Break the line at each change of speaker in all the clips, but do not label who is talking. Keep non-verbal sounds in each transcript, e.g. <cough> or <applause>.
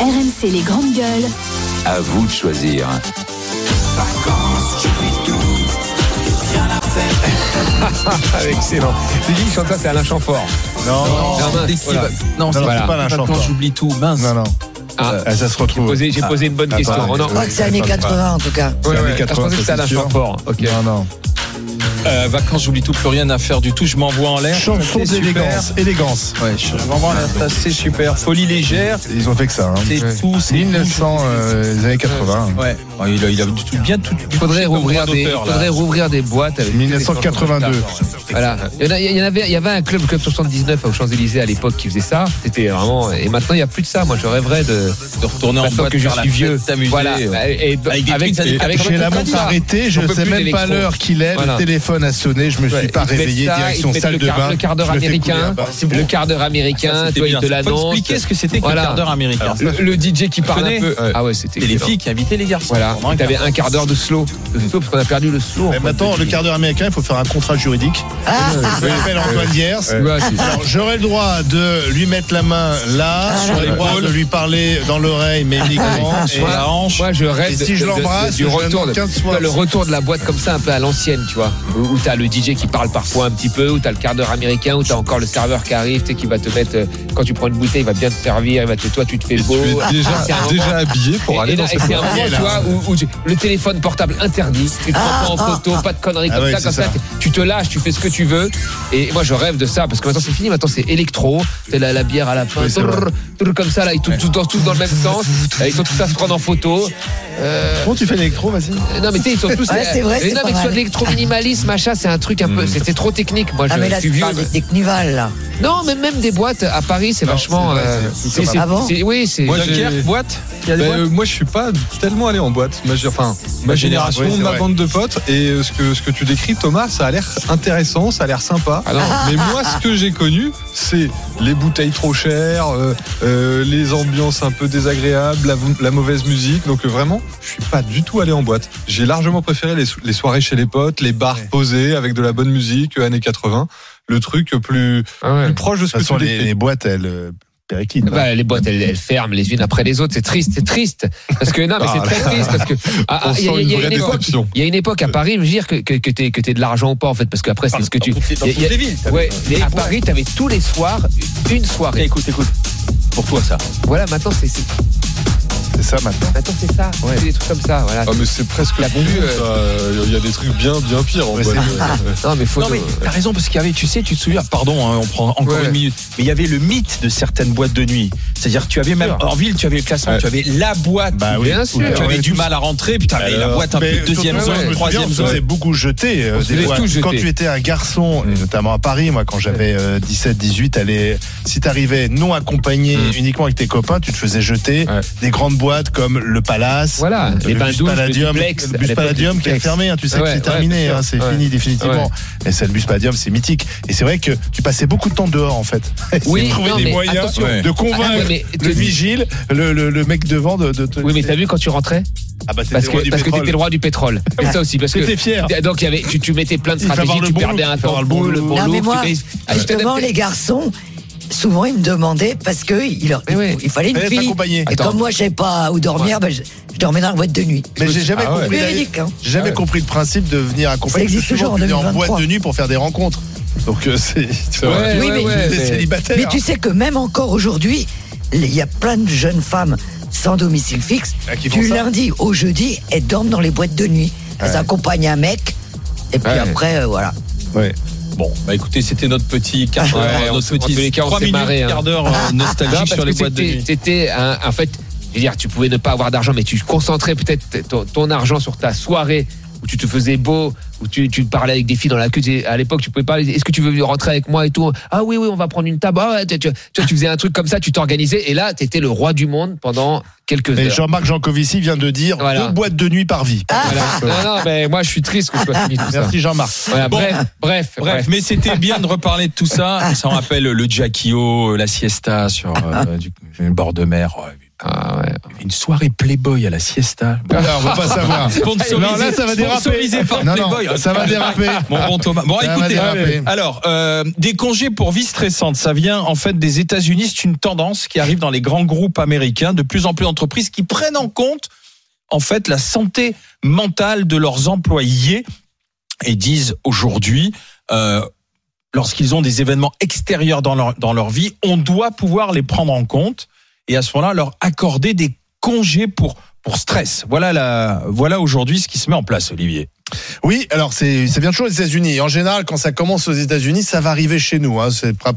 RMC les grandes gueules.
À vous de choisir.
Ah, excellent. Tu dis que chanteur, c'est Alain Chamfort.
Non,
Oh,
Non, mince,
Dès qu'il
voilà.
va- Non,
non,
c'est
voilà.
c'est pas Alain
Maintenant,
Chamfort.
j'oublie tout. Mince.
Non, non.
Ah,
Euh,
Ah, ça se retrouve.
posé- j'ai posé une bonne
Ah,
question.
pardon,
Oh, non.
Je crois que c'est années 80 en tout cas.
c'est années
ouais, ah, je
80,
pensais que
ça,
c'était Alain
c'est sûr.
Chamfort. Ok.
Non, non.
Euh, vacances, j'oublie tout. Plus rien à faire du tout. Je m'envoie en l'air.
Chanson
C'est super.
d'élégance. Élégance.
Ouais, je m'envoie en l'air. Ça, C'est super. Folie légère.
Ils ont fait que ça. Hein.
C'est
Ouais.
tout. C'est
1900, euh, les années 80.
Ouais. Oh, il, a, il a du tout- bien tout.
Il faudrait rouvrir, des,
d'auteur, là.
faudrait rouvrir des boîtes avec
1982.
Voilà. Il y, en a- il y en avait, il y avait un club, Club 79 aux Champs-Élysées à l'époque qui faisait ça. C'était vraiment. Et maintenant, il n'y a plus de ça. Moi, je rêverais de.
De retourner en
Maintenant
boîte,
que je
faire la
suis vieux.
fête, s'amuser. euh,
Voilà. Et- et-
Avec des trucs, ça
Et
dépend Avec
J'ai la montre arrêtée, je
On peut
sais même
plus
pas
d'électro.
l'heure qu'il est.
Voilà.
Le téléphone a sonné, je me suis
Ouais,
pas
ils te mettent
réveillé.
ça,
Direction
ils te mettent
salle
le
de
quart-
bain.
Le quart d'heure
je me fais couler hein.
américain.
là-bas.
Le quart d'heure
Ah,
américain. Toi, il te
Faut
l'annonce.
expliquer ce que c'était que le
Voilà.
quart d'heure américain.
Le, le DJ qui parle
connais
un peu.
Ouais.
Ah ouais, c'était.
Et les
excellent.
filles qui invitaient les garçons.
Voilà.
Pendant un
T'avais
quart
un quart d'heure de slow. De slow, parce qu'on a perdu le slow. en
Mais
fait.
maintenant, le quart d'heure américain, il faut faire un contrat juridique.
Ah,
Je m'appelle Antoine Diers.
Ouais,
<laughs>
c'est-
Alors, j'aurais le droit de lui mettre la main
Ah,
là, j'aurais le droit de lui parler dans l'oreille, mais uniquement.
d'heure, Sur
Et-
la hanche.
Moi, je rêve
Et
de-
si je
de- de-
l'embrasse,
du
je
retour de,
l'annonce 15 fois.
le retour de la boîte comme ça, un peu à l'ancienne, tu vois, où où t'as le DJ qui parle parfois un petit peu, où t'as le quart d'heure américain, où t'as encore le serveur qui arrive, tu sais, qui va te mettre euh, quand tu prends une bouteille, il va bien te servir, il va te, toi, tu te fais beau. Ah, c'est un moment-
habillé pour
et- et là, et c'est un moment,
boîte.
tu vois, où, où tu- le téléphone portable interdit, tu te prends
Ah,
pas en photo, pas de conneries
Ah
comme
ouais,
ça,
c'est
comme ça.
ça.
tu- tu te lâches, tu fais ce que tu veux. Et moi, je rêve de ça, parce que maintenant, c'est fini, maintenant, c'est électro, t'as la, la bière à la fin,
Oui, c'est vrai.
trrr, trrr, comme ça, là, ils tout- tout- tous dans le même sens, Euh, ils sont tous à se prendre en photo. Euh,
Comment tu fais l'électro, vas-y
Non mais tu sais, ils sont tous.
Ouais, c'est vrai,
Mais
c'est
non,
pas
mais que ce soit
mal.
de l'électrominimalisme, machin, c'est un truc un
Mm.
peu. C'était trop technique. Moi, je
ah, mais là,
suis
tu
vieux.
parles des Technival là.
Non, mais même des boîtes à Paris, c'est vachement.
c'est vrai,
euh,
c'est-
c'est-
c'est-
c'est-
Ah bon
c'est- Oui, c'est.
Moi,
Dunkerque,
j'ai-
boîte.
des
Ben,
boîtes
euh, moi, je suis pas tellement allé en boîte. Ma, gé- enfin, ma génération,
oui, c'est
ma
vrai.
bande de potes. Et euh, ce que, ce que tu décris, Thomas, ça a l'air intéressant, ça a l'air sympa.
Ah non.
Mais moi, ce que j'ai connu, c'est les bouteilles trop chères, euh, euh, les ambiances un peu désagréables, la, la mauvaise musique. Donc, euh, vraiment, je suis pas du tout allé en boîte. J'ai largement préféré les, so- les soirées chez les potes, les bars posés avec de la bonne musique, euh, années 80. Le truc plus,
Ah ouais.
plus proche de ce
De
que
toute façon,
tu
les,
décris.
les boîtes, elles euh, péréquinent.
Bah, les boîtes, elles, elles ferment les unes après les autres. C'est triste, c'est triste. Parce que non, mais c'est
Ah,
très
là.
triste
<laughs>
parce que ah, ah,
On
il y a-
sent
il
une
y a
vraie
une époque-
déception.
il y a une époque à Paris, je veux dire que que que t'aies que t'aies de l'argent ou pas en fait, parce qu'après c'est ce que tu. il y a- il y a- Ouais, mais à Paris, t'avais tous les soirs une soirée.
Écoute, écoute. Pour toi, ça.
Voilà, maintenant c'est c'est-
C'est ça maintenant.
maintenant, c'est ça.
Ouais.
C'est des trucs comme ça, voilà.
Ah, mais c'est presque
La
bon,
plus,
ça.
euh,
Euh, Il y a des trucs bien, bien pires en
Ouais,
boîte.
Non, mais faut.
Non mais t'as raison parce qu'il y avait, tu sais, tu te souviens, pardon, hein, on prend encore
euh, Ouais.
une minute, mais il y avait le mythe de certaines boîtes de nuit. C'est-à-dire que tu avais même en ville, tu avais le classement,
Ouais.
tu avais la boîte.
Bah oui.
Bien sûr.
Tu
Ouais,
avais
ouais,
du
tous-
mal à rentrer, puis t'avais la
Alors,
boîte un peu
Mais
deuxième
surtout,
zone,
je me souviens,
troisième
on se
zone.
faisait beaucoup jeter. euh,
On se
des
faisait
boîtes.
tout jeter. Mm.
Quand tu étais un garçon, et notamment à Paris, moi, quand j'avais euh, 17, 18, allais, si t'arrivais non accompagné
Mm.
uniquement avec tes copains, tu te faisais jeter
Ouais.
des grandes boîtes comme le Palace.
Voilà, les
le
bains
bus
douches,
Palladium,
le duplex,
le bus
à l'époque,
Palladium
le
qui est
duplex.
fermé, hein, tu sais
Ouais,
que c'est
ouais,
terminé,
bien
hein,
sûr.
c'est fini
Ouais.
définitivement.
Ouais.
Mais c'est le bus Palladium, c'est mythique. Et c'est vrai que tu passais beaucoup de temps dehors en fait.
Oui,
Essayer de trouver
non,
des
mais
moyens
attention.
de convaincre
Ah, ouais, mais
le
te-
vigile, le, le- le mec devant de, de te.
Oui, mais t'as vu quand tu rentrais
ah bah, t'étais
Parce
le roi
que
du
parce que
pétrole.
t'étais le roi du pétrole. C'est ça aussi parce que
T'étais fier.
donc il y avait tu, tu mettais plein de
Il faut avoir
stratégies,
le bon
tu perdais
look,
un
il faut
temps
avoir
le
le bon
bon, le
look.
bon
Non, mais
look,
moi,
tu mets- Ah, je
Justement,
t'adaptais.
les garçons, souvent ils me demandaient parce que il, leur-
Mais ouais.
il fallait une
Fallait
fille.
t'accompagner.
Et
Attends.
comme moi, je savais pas où dormir, ben, je, je dormais dans la boîte de nuit.
Mais j'ai jamais
Ah ouais.
compris. d'ailleurs-
Véridique, hein.
J'ai jamais compris le principe de venir accompagner.
Ça existe
Parce que souvent,
toujours en
tu es en
2023.
boîte de nuit pour faire des rencontres. Donc euh, c'est. tu vois,
Ouais,
Oui,
ouais,
mais-
ouais,
des
mais-
célibataires.
Mais tu sais que même encore aujourd'hui, il y a plein de jeunes femmes sans domicile fixe.
Ah, qui font
Du
ça.
lundi au jeudi, elles dorment dans les boîtes de nuit. Elles accompagnent un mec. Et puis
Ouais.
après, euh, voilà.
Ouais.
Bon, bah écoutez, c'était notre petit quart d'heure,
Ouais, on
notre
s'est- en tous les
petit
cas, on
trois
s'est
minutes,
marré, hein.
quart d'heure euh,
<laughs> Non,
nostalgique
parce
sur
que
les boîtes de
t'étais-
nuit.
t'étais un- en fait je veux dire tu pouvais ne pas avoir d'argent mais tu concentrais peut-être ton, ton argent sur ta soirée où tu te faisais beau où tu, tu parlais avec des filles dans la queue tu sais, à l'époque tu pouvais pas est-ce que tu veux rentrer avec moi et tout ah oui oui on va prendre une table ah ouais, tu, tu- tu vois, tu faisais un truc comme ça tu t'organisais et là t'étais le roi du monde pendant quelques
Mais
heures
Jean-Marc Jancovici vient de dire
Voilà.
deux boîtes de nuit par vie.
Voilà. non non mais moi je suis triste que je sois fini tout ça
Merci Jean-Marc.
Voilà,
Bon.
bref bref
Bref,
bref
mais c'était bien de reparler de tout
Ah.
ça. Ça en rappelle le Jackio, la siesta sur euh, du- le bord de mer. Ouais,
Ah ouais.
Une soirée Playboy à la siesta.
Oula, on va pas savoir.
Sponsorisé,
Ah. Non, là, ça va déraper.
sponsorisé par
Non,
Playboy.
non, ça va déraper.
Mon <laughs> bon Thomas. Bon,
Ça va
écoutez,
déraper.
alors, euh, des congés pour vie stressante, ça vient en fait des États-Unis. C'est une tendance qui arrive dans les grands groupes américains. De plus en plus d'entreprises qui prennent en compte, en fait, la santé mentale de leurs employés et disent aujourd'hui, euh, lorsqu'ils ont des événements extérieurs dans leur, dans leur vie, on doit pouvoir les prendre en compte et à ce moment-là leur accorder des congés pour, pour stress. Voilà, la, voilà aujourd'hui ce qui se met en place, Olivier.
Oui, alors c'est ça vient toujours aux États-Unis. Et En général, quand ça commence aux États-Unis, ça va arriver chez nous. hein. C'est pra-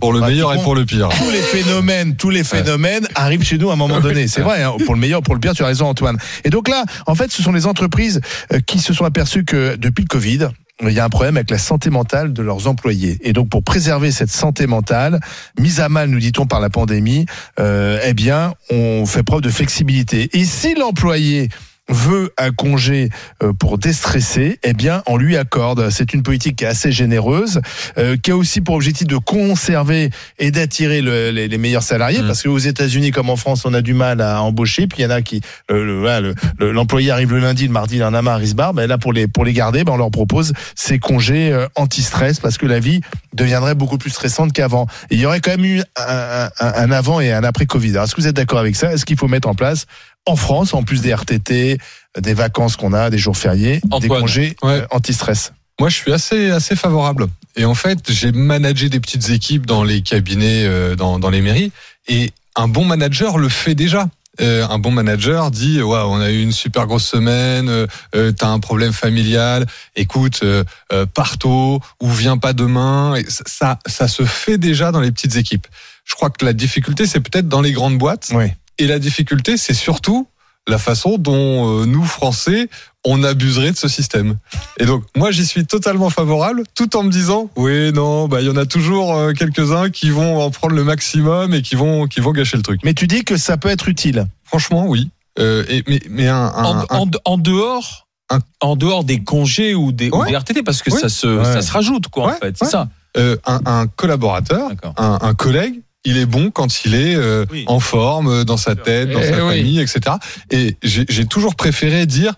Pour le meilleur et pour le pire.
tous les phénomènes, tous les phénomènes arrivent chez nous à un moment donné. C'est vrai, hein. pour le meilleur, pour le pire, tu as raison Antoine. Et donc là, en fait, ce sont les entreprises euh, qui se sont aperçues que depuis le Covid, il y a un problème avec la santé mentale de leurs employés. Et donc pour préserver cette santé mentale, mise à mal, nous dit-on, par la pandémie, euh, eh bien, on fait preuve de flexibilité. Et si l'employé veut un congé euh, pour déstresser, eh bien, on lui accorde. C'est une politique qui est assez généreuse, euh, qui a aussi pour objectif de conserver et d'attirer le- les, les meilleurs salariés, parce qu'aux États-Unis comme en France, on a du mal à embaucher. Puis il y en a qui, euh, le- voilà, le- le- l'employé arrive le lundi, le mardi, il en a marre, il se barre. Ben là, pour les pour les garder, ben on leur propose ces congés euh, anti-stress, parce que la vie deviendrait beaucoup plus stressante qu'avant. Et Il y aurait quand même eu un, un- un avant et un après Covid. Alors, Est-ce que vous êtes d'accord avec ça Est-ce qu'il faut mettre en place en France, en plus des RTT, des vacances qu'on a, des jours fériés, des
Antoine.
congés
Ouais.
euh, anti-stress
Moi, je suis assez, assez favorable. Et en fait, j'ai managé des petites équipes dans les cabinets, euh, dans, dans les mairies. Et un bon manager le fait déjà. Euh, un bon manager dit Waouh, on a eu une super grosse semaine, euh, euh, t'as un problème familial, écoute, euh, euh, pars tôt ou viens pas demain. Et ça- ça, ça se fait déjà dans les petites équipes. Je crois que la difficulté, c'est peut-être dans les grandes boîtes.
Oui.
Et la difficulté, c'est surtout la façon dont euh, nous, Français, on abuserait de ce système. Et donc, moi, j'y suis totalement favorable, tout en me disant, oui, non, bah, il y en a toujours euh, quelques-uns qui vont en prendre le maximum et qui vont, qui vont gâcher le truc.
Mais tu dis que ça peut être utile.
Franchement, oui. Euh, et, mais, mais un, un-
en, en- en dehors
un-
en dehors des congés ou des, ou
Ouais.
des RTT parce que
Oui.
ça se
Ouais.
ça se rajoute quoi en
Ouais,
fait c'est
ouais.
ça
euh, un- un collaborateur,
d'accord
un, un collègue, il est bon quand il est euh,
Oui.
en forme, euh, dans sa tête, dans
Eh
sa
oui.
famille, etc. Et j'ai j'ai toujours préféré dire.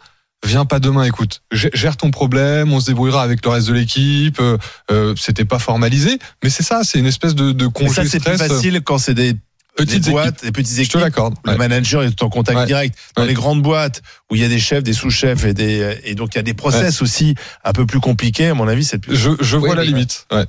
Viens pas demain, écoute, gè- gère ton problème, on se débrouillera avec le reste de l'équipe. euh, euh, C'était pas formalisé, mais c'est ça, c'est une espèce de, de
Et
congé
ça, c'est plus
stress, euh,
facile quand c'est des
petites
des
équipes.
boîtes, des petites
Je te
équipes.
l'accorde.
Le
ouais.
manager est en contact
Ouais.
direct. Dans
Ouais.
les grandes boîtes où il y a des chefs, des sous-chefs et des euh, et donc il y a des process aussi un peu plus compliqués. À mon avis, c'est plus.
Je, je
Oui,
vois la
mais-
limite. ouais.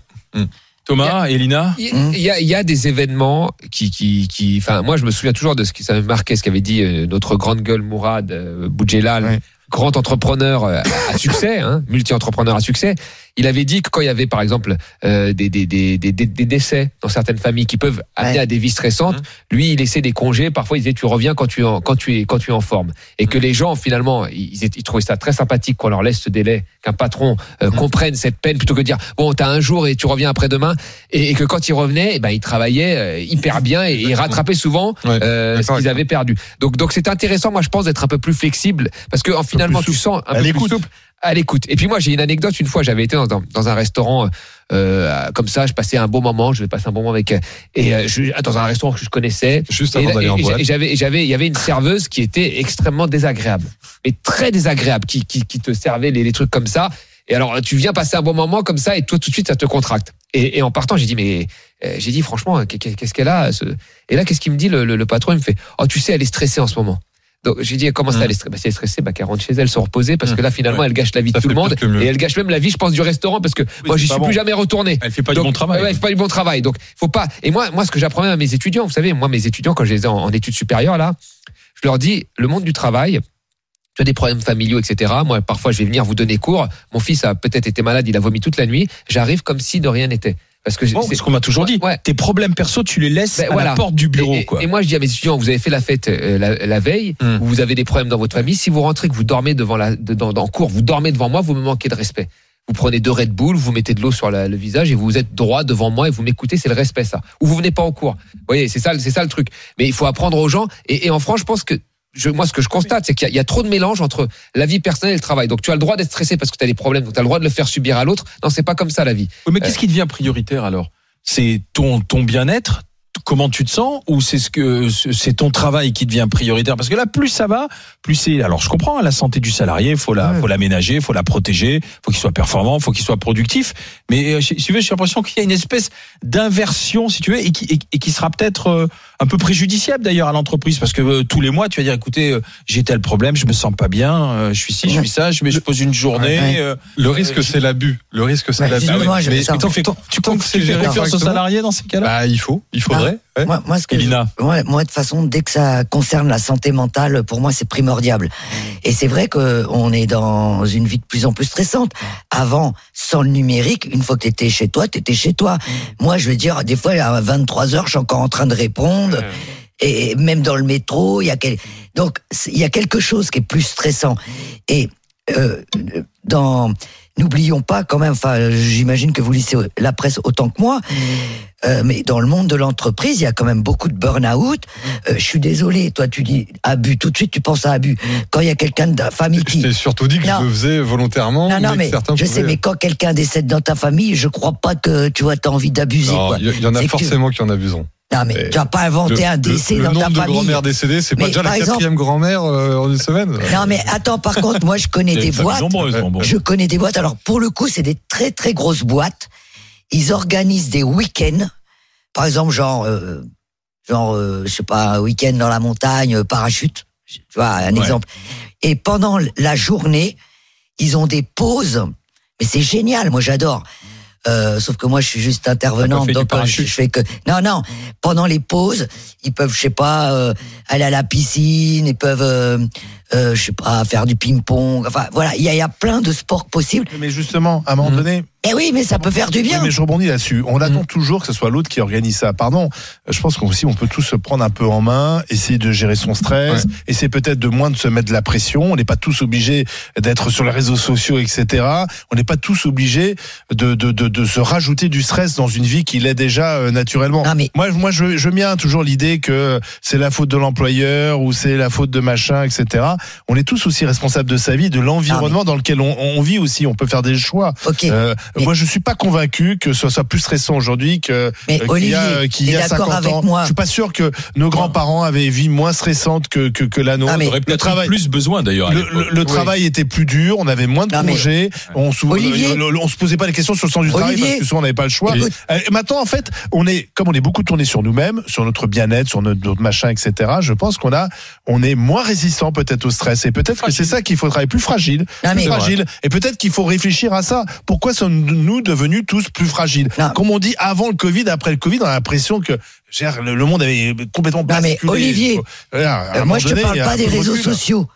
Thomas Elina
Il il y, a, il y a des événements qui, qui, qui, enfin, moi je me souviens toujours de ce qui ça m'avait marqué, ce qu'avait dit euh, notre grande gueule Mourad euh, Boudjelal,
Ouais.
grand entrepreneur euh, à succès, hein, multi-entrepreneur à succès. Il avait dit que quand il y avait par exemple euh, des, des, des, des, des- des décès dans certaines familles qui peuvent amener
Ouais.
à des vies stressantes, lui il laissait des congés. Parfois il disait tu reviens quand tu es en, quand tu es quand tu es en forme et que les gens finalement ils, étaient- ils trouvaient ça très sympathique qu'on leur laisse ce délai, qu'un patron euh, comprenne cette peine plutôt que de dire bon t'as un jour et tu reviens après demain et, et que quand ils revenaient, eh ben, ils travaillaient euh, hyper bien et ils rattrapaient souvent
Ouais,
euh,
d'accord
ce
avec
qu'ils avaient perdu. Donc, donc c'est intéressant, moi je pense, d'être un peu plus flexible parce que en, finalement tu sens un
À
peu plus
l'écoute.
souple à l'écoute. Et puis moi j'ai une anecdote. Une fois j'avais été dans, dans, dans un restaurant euh, euh, comme ça, je passais un bon moment, je vais passer un bon moment avec euh, et euh, je, dans un restaurant que je connaissais. Et
Juste avant
là,
d'aller en
et- et
boîte.
j'avais, j'avais, il y avait une serveuse qui était extrêmement désagréable, mais très désagréable, qui, qui, qui te servait les, les trucs comme ça. Et alors, tu viens passer un bon moment comme ça, et toi, tout de suite, ça te contracte. Et, et en partant, j'ai dit, mais euh, j'ai dit, franchement, qu'est- qu'est- qu'est-ce qu'elle a ce... Et là, qu'est-ce qu'il me dit le, le- le patron Il me fait, oh, tu sais, elle est stressée en ce moment. Donc, j'ai dit, comment
Mmh.
ça, elle est stressée bah, Si elle est stressée, bah, qu'elle rentre chez elle, se reposer, parce que là, finalement, elle gâche la vie
Ça
de tout
fait
le monde,
peut-être le mieux.
et elle gâche même la vie, je pense, du restaurant, parce que moi, j'y
c'est pas
suis
bon.
plus jamais retourné.
elle fait pas
Donc,
du bon travail
ouais, ouais, c'est pas du bon travail. Donc, faut pas. Et moi, moi, ce que j'apprends même à mes étudiants, vous savez, moi, mes étudiants, quand je les ai en, en études supérieures, là, je leur dis, le monde du travail, tu as des problèmes familiaux, etc. Moi, parfois, je vais venir vous donner cours. Mon fils a peut-être été malade, il a vomi toute la nuit. J'arrive comme si de rien n'était. Parce que
Bon,
c'est-
c'est ce qu'on m'a toujours dit
Ouais.
tes problèmes perso tu les laisses
Ben,
à
voilà.
la porte du bureau
et, et-
quoi
et moi, je dis à mes étudiants, vous avez fait la fête euh, la, la veille,
Hmm.
où vous avez des problèmes dans votre famille. Si vous rentrez, que vous dormez devant la, de- dans, dans le cours, vous dormez devant moi, vous me manquez de respect. Vous prenez deux Red Bull, vous mettez de l'eau sur la- le visage et vous êtes droit devant moi et vous m'écoutez, c'est le respect ça. Ou vous venez pas en cours. Vous voyez, c'est ça, c'est ça le truc. Mais il faut apprendre aux gens. Et, et en France, je pense que je, moi, ce que je constate, c'est qu'il y, a- il y a trop de mélange entre la vie personnelle et le travail. Donc, tu as le droit d'être stressé parce que tu as des problèmes, donc tu as le droit de le faire subir
Euh.
à l'autre. Non, c'est pas comme ça la vie.
Oui, mais qu'est-ce qui devient prioritaire alors c'est ton ton bien-être comment tu te sens ou c'est ce que c'est ton travail qui devient prioritaire Parce que là, plus ça va, plus c'est. Alors, je comprends hein, la santé du salarié, faut la, faut l'aménager, faut la protéger, faut qu'il soit performant, faut qu'il soit productif. Mais euh, si si tu veux, j'ai l'impression qu'il y a une espèce d'inversion, si tu veux, et qui, et, et qui sera peut-être euh, un peu préjudiciable d'ailleurs à l'entreprise, parce que euh, tous les mois, tu vas dire, écoutez, euh, j'ai tel problème, je me sens pas bien, euh, je suis ci, je suis ça, je, mais je pose une journée.
Ouais.
euh,
Le risque, c'est l'abus. Le risque, c'est
Ouais,
l'abus. Ah
justement, j'avais
Mais
ça.
tant que- tant-
tu
tant
comptes
que c'est
tu fais
géré
confiance aux
correctement,
salariés dans ces cas-là
Bah, il faut, il faudrait. ouais.
Moi, moi, ce que
Elina.
je- ouais, moi, de toute façon, dès que ça concerne la santé mentale, pour moi, c'est primordial. Et c'est vrai que on est dans une vie de plus en plus stressante. Avant, sans le numérique, une fois que t'étais chez toi, t'étais chez toi. Moi, je veux dire, des fois, à 23 heures, je suis encore en train de répondre. Et même dans le métro, il y a quel... donc c'est- il y a quelque chose qui est plus stressant. Et euh, dans N'oublions pas quand même, enfin, j'imagine que vous lisez la presse autant que moi, euh, mais dans le monde de l'entreprise, il y a quand même beaucoup de burn-out. Euh, je suis désolé, toi tu dis abus, tout de suite tu penses à abus. Quand il y a quelqu'un de la famille
Je
qui...
t'ai surtout dit que
Non.
je le faisais volontairement.
Non, non,
que
mais
certains
je sais,
pouvaient-
mais quand quelqu'un décède dans ta famille, je crois pas que tu vois, t'as envie d'abuser.
Non,
quoi.
Il y- il y en a
C'est que-
forcément qui en abuseront.
Non, mais
Mais
tu vas pas inventer un décès
le, le
dans ta
nombre de
famille.
grand-mères décédées, c'est pas
Mais
déjà
par
la
exemple-
quatrième grand-mère euh, en une semaine.
Non, mais attends, par contre, moi, je
<laughs>
connais
Il y a
Bah, des
une famille
boîtes.
nombreuse, bon, bon.
Je connais des boîtes. Alors, pour le coup, c'est des très, très grosses boîtes. Ils organisent des week-ends. Par exemple, genre, euh, genre, euh, je sais pas, un week-end dans la montagne, euh, parachute. Tu vois, un
Ouais.
exemple. Et pendant la journée, ils ont des pauses. Mais c'est génial. Moi, j'adore. Euh, sauf que moi, je suis juste intervenant,
T'as pas fait du
donc euh, je,
parachute.
je fais que. Non, non. Pendant les pauses, ils peuvent, je sais pas, euh, aller à la piscine, ils peuvent, euh, euh, je sais pas, faire du ping-pong. Enfin, voilà, il y, a- il y a plein de sports possibles.
Mais justement, à un moment
Mhm.
donné,
Eh oui, mais ça peut faire du bien. Mm.
Oui, mais je rebondis là-dessus. On attend toujours que ce soit l'autre qui organise ça. Pardon. Euh, Je pense qu'on aussi, on peut tous se prendre un peu en main, essayer de gérer son stress, essayer peut-être de moins de se mettre de la pression. On n'est pas tous obligés d'être sur les réseaux sociaux, etc. On n'est pas tous obligés de, de, de, de se rajouter du stress dans une vie qu'il est déjà euh, naturellement.
Non, mais-
Moi, moi, je, je miens toujours l'idée que c'est la faute de l'employeur ou c'est la faute de machin, etc. On est tous aussi responsables de sa
Ah,
vie, de l'environnement dans lequel on, on vit aussi. On peut faire des choix.
Ok.
Euh,
Mais-
Moi, je suis pas convaincu que ce soit plus stressant aujourd'hui que
mais
euh, qu'il y
Olivier,
a, euh,
est
qu'il y a
d'accord
50
avec
ans.
moi.
Je suis pas sûr que nos grands-parents avaient une vie moins stressante que que, que la nôtre.
Ah, mais-
J'aurais
le
peut-être eu
travail.
plus besoin d'ailleurs. à
Le,
l'époque.
le- le travail était plus dur, on avait moins de
Non, mais-
congés, on, se,
Olivier-
le- le- on se posait pas les questions sur le sens du travail
Olivier-
parce que souvent on n'avait pas le choix.
Écoute-
Euh, et maintenant, en fait, on est comme on est beaucoup tourné sur nous-mêmes, sur notre bien-être, sur notre, notre machin, etc. Je pense qu'on a, on est moins résistant peut-être au stress et peut-être que c'est ça qu'il faut travailler plus fragile,
Non,
plus
mais-
fragile. Et peut-être qu'il faut réfléchir à ça. Pourquoi sommes-nous devenus tous plus fragiles
Non.
Comme on dit avant le Covid, après le Covid, on a l'impression que je veux dire, le le monde avait complètement
Non, mais
basculé.
Olivier,
Voilà, à un
Euh,
moment
moi, je
donné, il
te parle
y a un
pas des
peu de
réseaux
recul.
sociaux.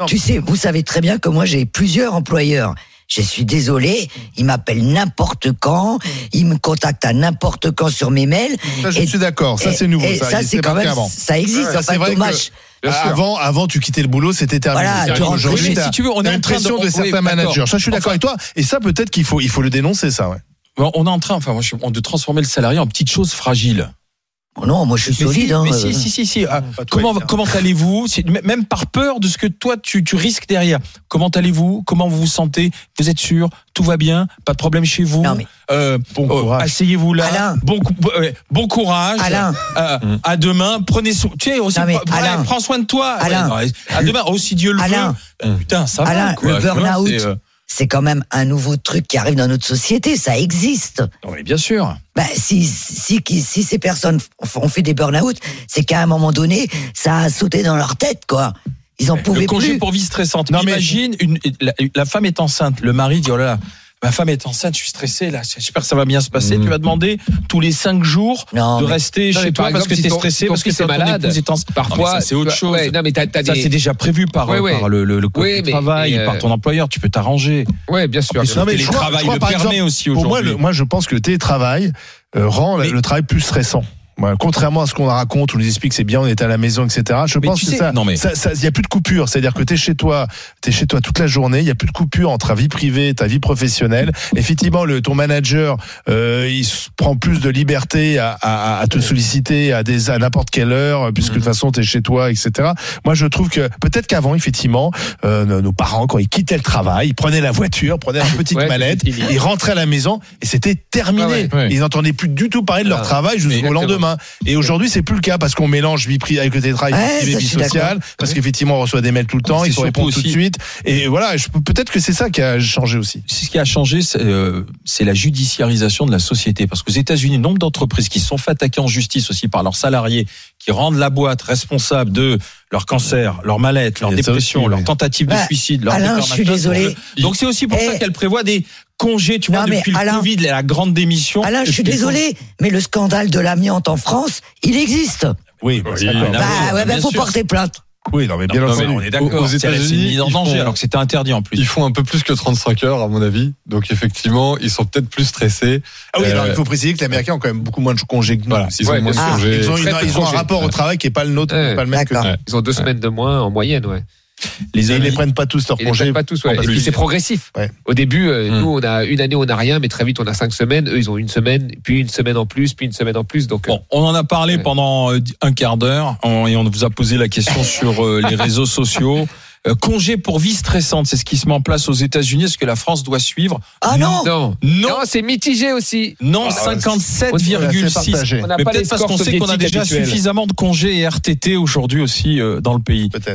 Non.
Tu sais, vous savez très bien que moi, j'ai plusieurs employeurs. Je suis désolé, ils m'appellent n'importe quand, ils me contactent à n'importe quand sur mes mails.
Ça, je
Et-
suis d'accord. Ça,
et-
c'est nouveau.
et
Ça,
ça,
il
c'est
s'est
quand
marqué
même,
avant.
ça existe. hein,
Ça,
enfin,
c'est vrai que-
dommage.
Bien sûr.
Ah, Avant, avant, tu quittais le boulot, c'était terminé.
Voilà,
C'est-à-dire
tu rentres
qu'aujourd'hui,
chez-
t'as-
si tu veux, on est
t'as
en
une
train de-
pression de,
oui,
certains
d'accord.
managers. Ça, je suis d'accord avec toi. Et ça, peut-être qu'il faut, il faut le dénoncer, ça. Ouais.
Bon, On est en train, enfin, moi, je suis- de transformer le salarié en petites choses fragiles.
Oh non, moi, je suis
Mais
solide.
si,
hein,
mais
euh.
si, si, si, si. Ah,
pas tout
comment
évident.
comment allez-vous C'est- m- Même par peur de ce que toi tu, tu risques derrière. Comment allez-vous Comment vous vous sentez Vous êtes sûr Tout va bien Pas de problème chez vous
Non, mais-
Euh,
Bon
oh,
courage.
Asseyez-vous là.
Alain.
Bon, cou- ouais, bon courage.
Alain.
Euh,
Mm.
à demain. Prenez soin. Tu sais, aussi,
Non, mais
pre- ouais,
Alain.
prends soin de toi.
Alain.
Ouais, non, à demain. Oh, si Dieu le
Alain.
veut. Euh, Putain, ça va.
Alain,
Quoi.
le
Tu vois,
burn-out.
c'est, euh,
C'est quand même un nouveau truc qui arrive dans notre société, ça existe.
Non, mais bien sûr.
Bah, si, si, qui- si ces personnes f- ont fait des burn-out, c'est qu'à un moment donné, ça a sauté dans leur tête, quoi. Ils en
Le
pouvaient
congé
plus.
pour vie stressante.
Non, mais-
Imagine, une, la, la femme est enceinte, le mari dit, oh là là, ma femme est enceinte, je suis stressé là, j'espère que ça va bien se passer. Tu vas demander tous les cinq jours
Non,
de
mais-
rester
Mm. Non, mais
chez toi
par
parce
exemple,
que
si
t'es
ton-
stressé,
ton
parce que
fils est
c'est
malade,
Parfois,
Parfois,
c'est autre
tu
chose.
vois, ouais, non, mais t'as, t'as
ça,
des-
c'est déjà prévu par,
Ouais, ouais.
par le, le, le code
Oui,
du
mais-
travail,
mais, euh,
par ton employeur, tu peux t'arranger.
Ouais, bien sûr.
Et
bien sûr.
surtout,
mais
le
je crois-
travail
je crois,
le
par
permet
exemple,
aussi
Pour moi,
aujourd'hui.
le- moi, je pense que le télétravail euh, rend la-
Mais-
le travail plus stressant. Ouais, contrairement à ce qu'on raconte, on nous explique c'est bien, on est à la maison, etc. Je
Mais
pense
tu
que
sais-
ça,
non, mais-
ça- ça- il y a plus de coupure. C'est-à-dire que t'es chez toi, t'es chez toi toute la journée. Il y a plus de coupure entre ta vie privée, et ta vie professionnelle. Effectivement, le ton manager, euh, il se prend plus de liberté à, à- à te solliciter à des à n'importe quelle heure, euh, puisque de
Mm.
toute façon t'es chez toi, etc. Moi, je trouve que peut-être qu'avant, effectivement, euh, nos nos parents quand ils quittaient le travail, ils prenaient la voiture, prenaient
<laughs>
la petite
Ouais,
mallette,
c'est fini.
ils rentraient à la maison et c'était terminé.
Ah ouais, ouais.
Ils n'entendaient plus du tout parler de leur
Ah,
travail jusqu'au
exactement.
lendemain. besoin. Et aujourd'hui, c'est plus le cas parce qu'on mélange vie privée avec le télétravail,
Ouais,
vie privée,
ça,
vie
je suis d'accord.
sociale, parce qu'effectivement, on reçoit des mails tout le temps,
C'est
il faut
surtout
répondre tout de
aussi-
suite. Et voilà, je- peut-être que c'est ça qui a changé aussi.
C'est ce qui a changé, c'est euh, c'est la judiciarisation de la société. Parce qu'aux États-Unis, nombre d'entreprises qui se sont fait attaquer en justice aussi par leurs salariés, qui rendent la boîte responsable de leur cancer, leur mal-être, leur
Il y a ça
dépression,
aussi,
leur
oui.
tentative de
Bah,
suicide, leur
Alain, je
déclaration
suis
de
désolé.
jeu. Donc c'est aussi pour
Eh.
ça qu'elle prévoit des congés, tu
Non,
vois,
mais
depuis
Alain-
le Covid, la grande démission.
Alain, je suis
Depuis-
désolé, mais le scandale de l'amiante en France, il existe.
Oui, bah, c'est d'accord.
Ah
bah
oui,
ouais, bah,
bien
faut
sûr.
porter plainte.
oui, non, mais bien
Non, mais
entendu.
on est d'accord.
Aux
C'est-
États-Unis,
c'est mis en
ils
danger
font-
alors que c'était interdit en plus.
Ils font un peu plus que 35 heures, à mon avis. Donc, effectivement, ils sont peut-être plus stressés.
Ah oui,
Euh,
alors il faut préciser que les Américains ont quand même beaucoup moins de congés que nous.
Voilà, ils ont
Ouais,
moins de
bien sûr.
congés.
Ils ont, une-
Très peu de
ils ont un
congés.
rapport au travail qui est pas le nôtre,
Ouais.
pas le même que
D'accord.
nous.
Ils ont deux semaines de moins en moyenne, ouais.
Et ils les prennent pas tous leurs
Ils les prennent
congés.
pas tous, ouais.
parce
Et puis
que-
c'est progressif.
Ouais.
Au début, euh,
Hmm.
nous, on a une année, on n'a rien, mais très vite, on a cinq semaines. Eux, ils ont une semaine, puis une semaine en plus, puis une semaine en plus. Donc, euh,
Bon, on en a parlé
Ouais.
pendant euh, un quart d'heure on- et on vous a posé
<laughs>
la question sur euh, les réseaux sociaux. Euh, congé pour vie stressante, c'est ce qui se met en place aux États-Unis. Est-ce que la France doit suivre
Ah non,
non. Non,
Non,
c'est mitigé aussi.
non,
Ah, C'est
57,6.
partagé,
On n'a
Mais
pas les
peut-être parce
scores
qu'on sait qu'on a
soviétiques
déjà
habituels.
suffisamment de congés et RTT aujourd'hui aussi euh, dans le pays.
peut-être.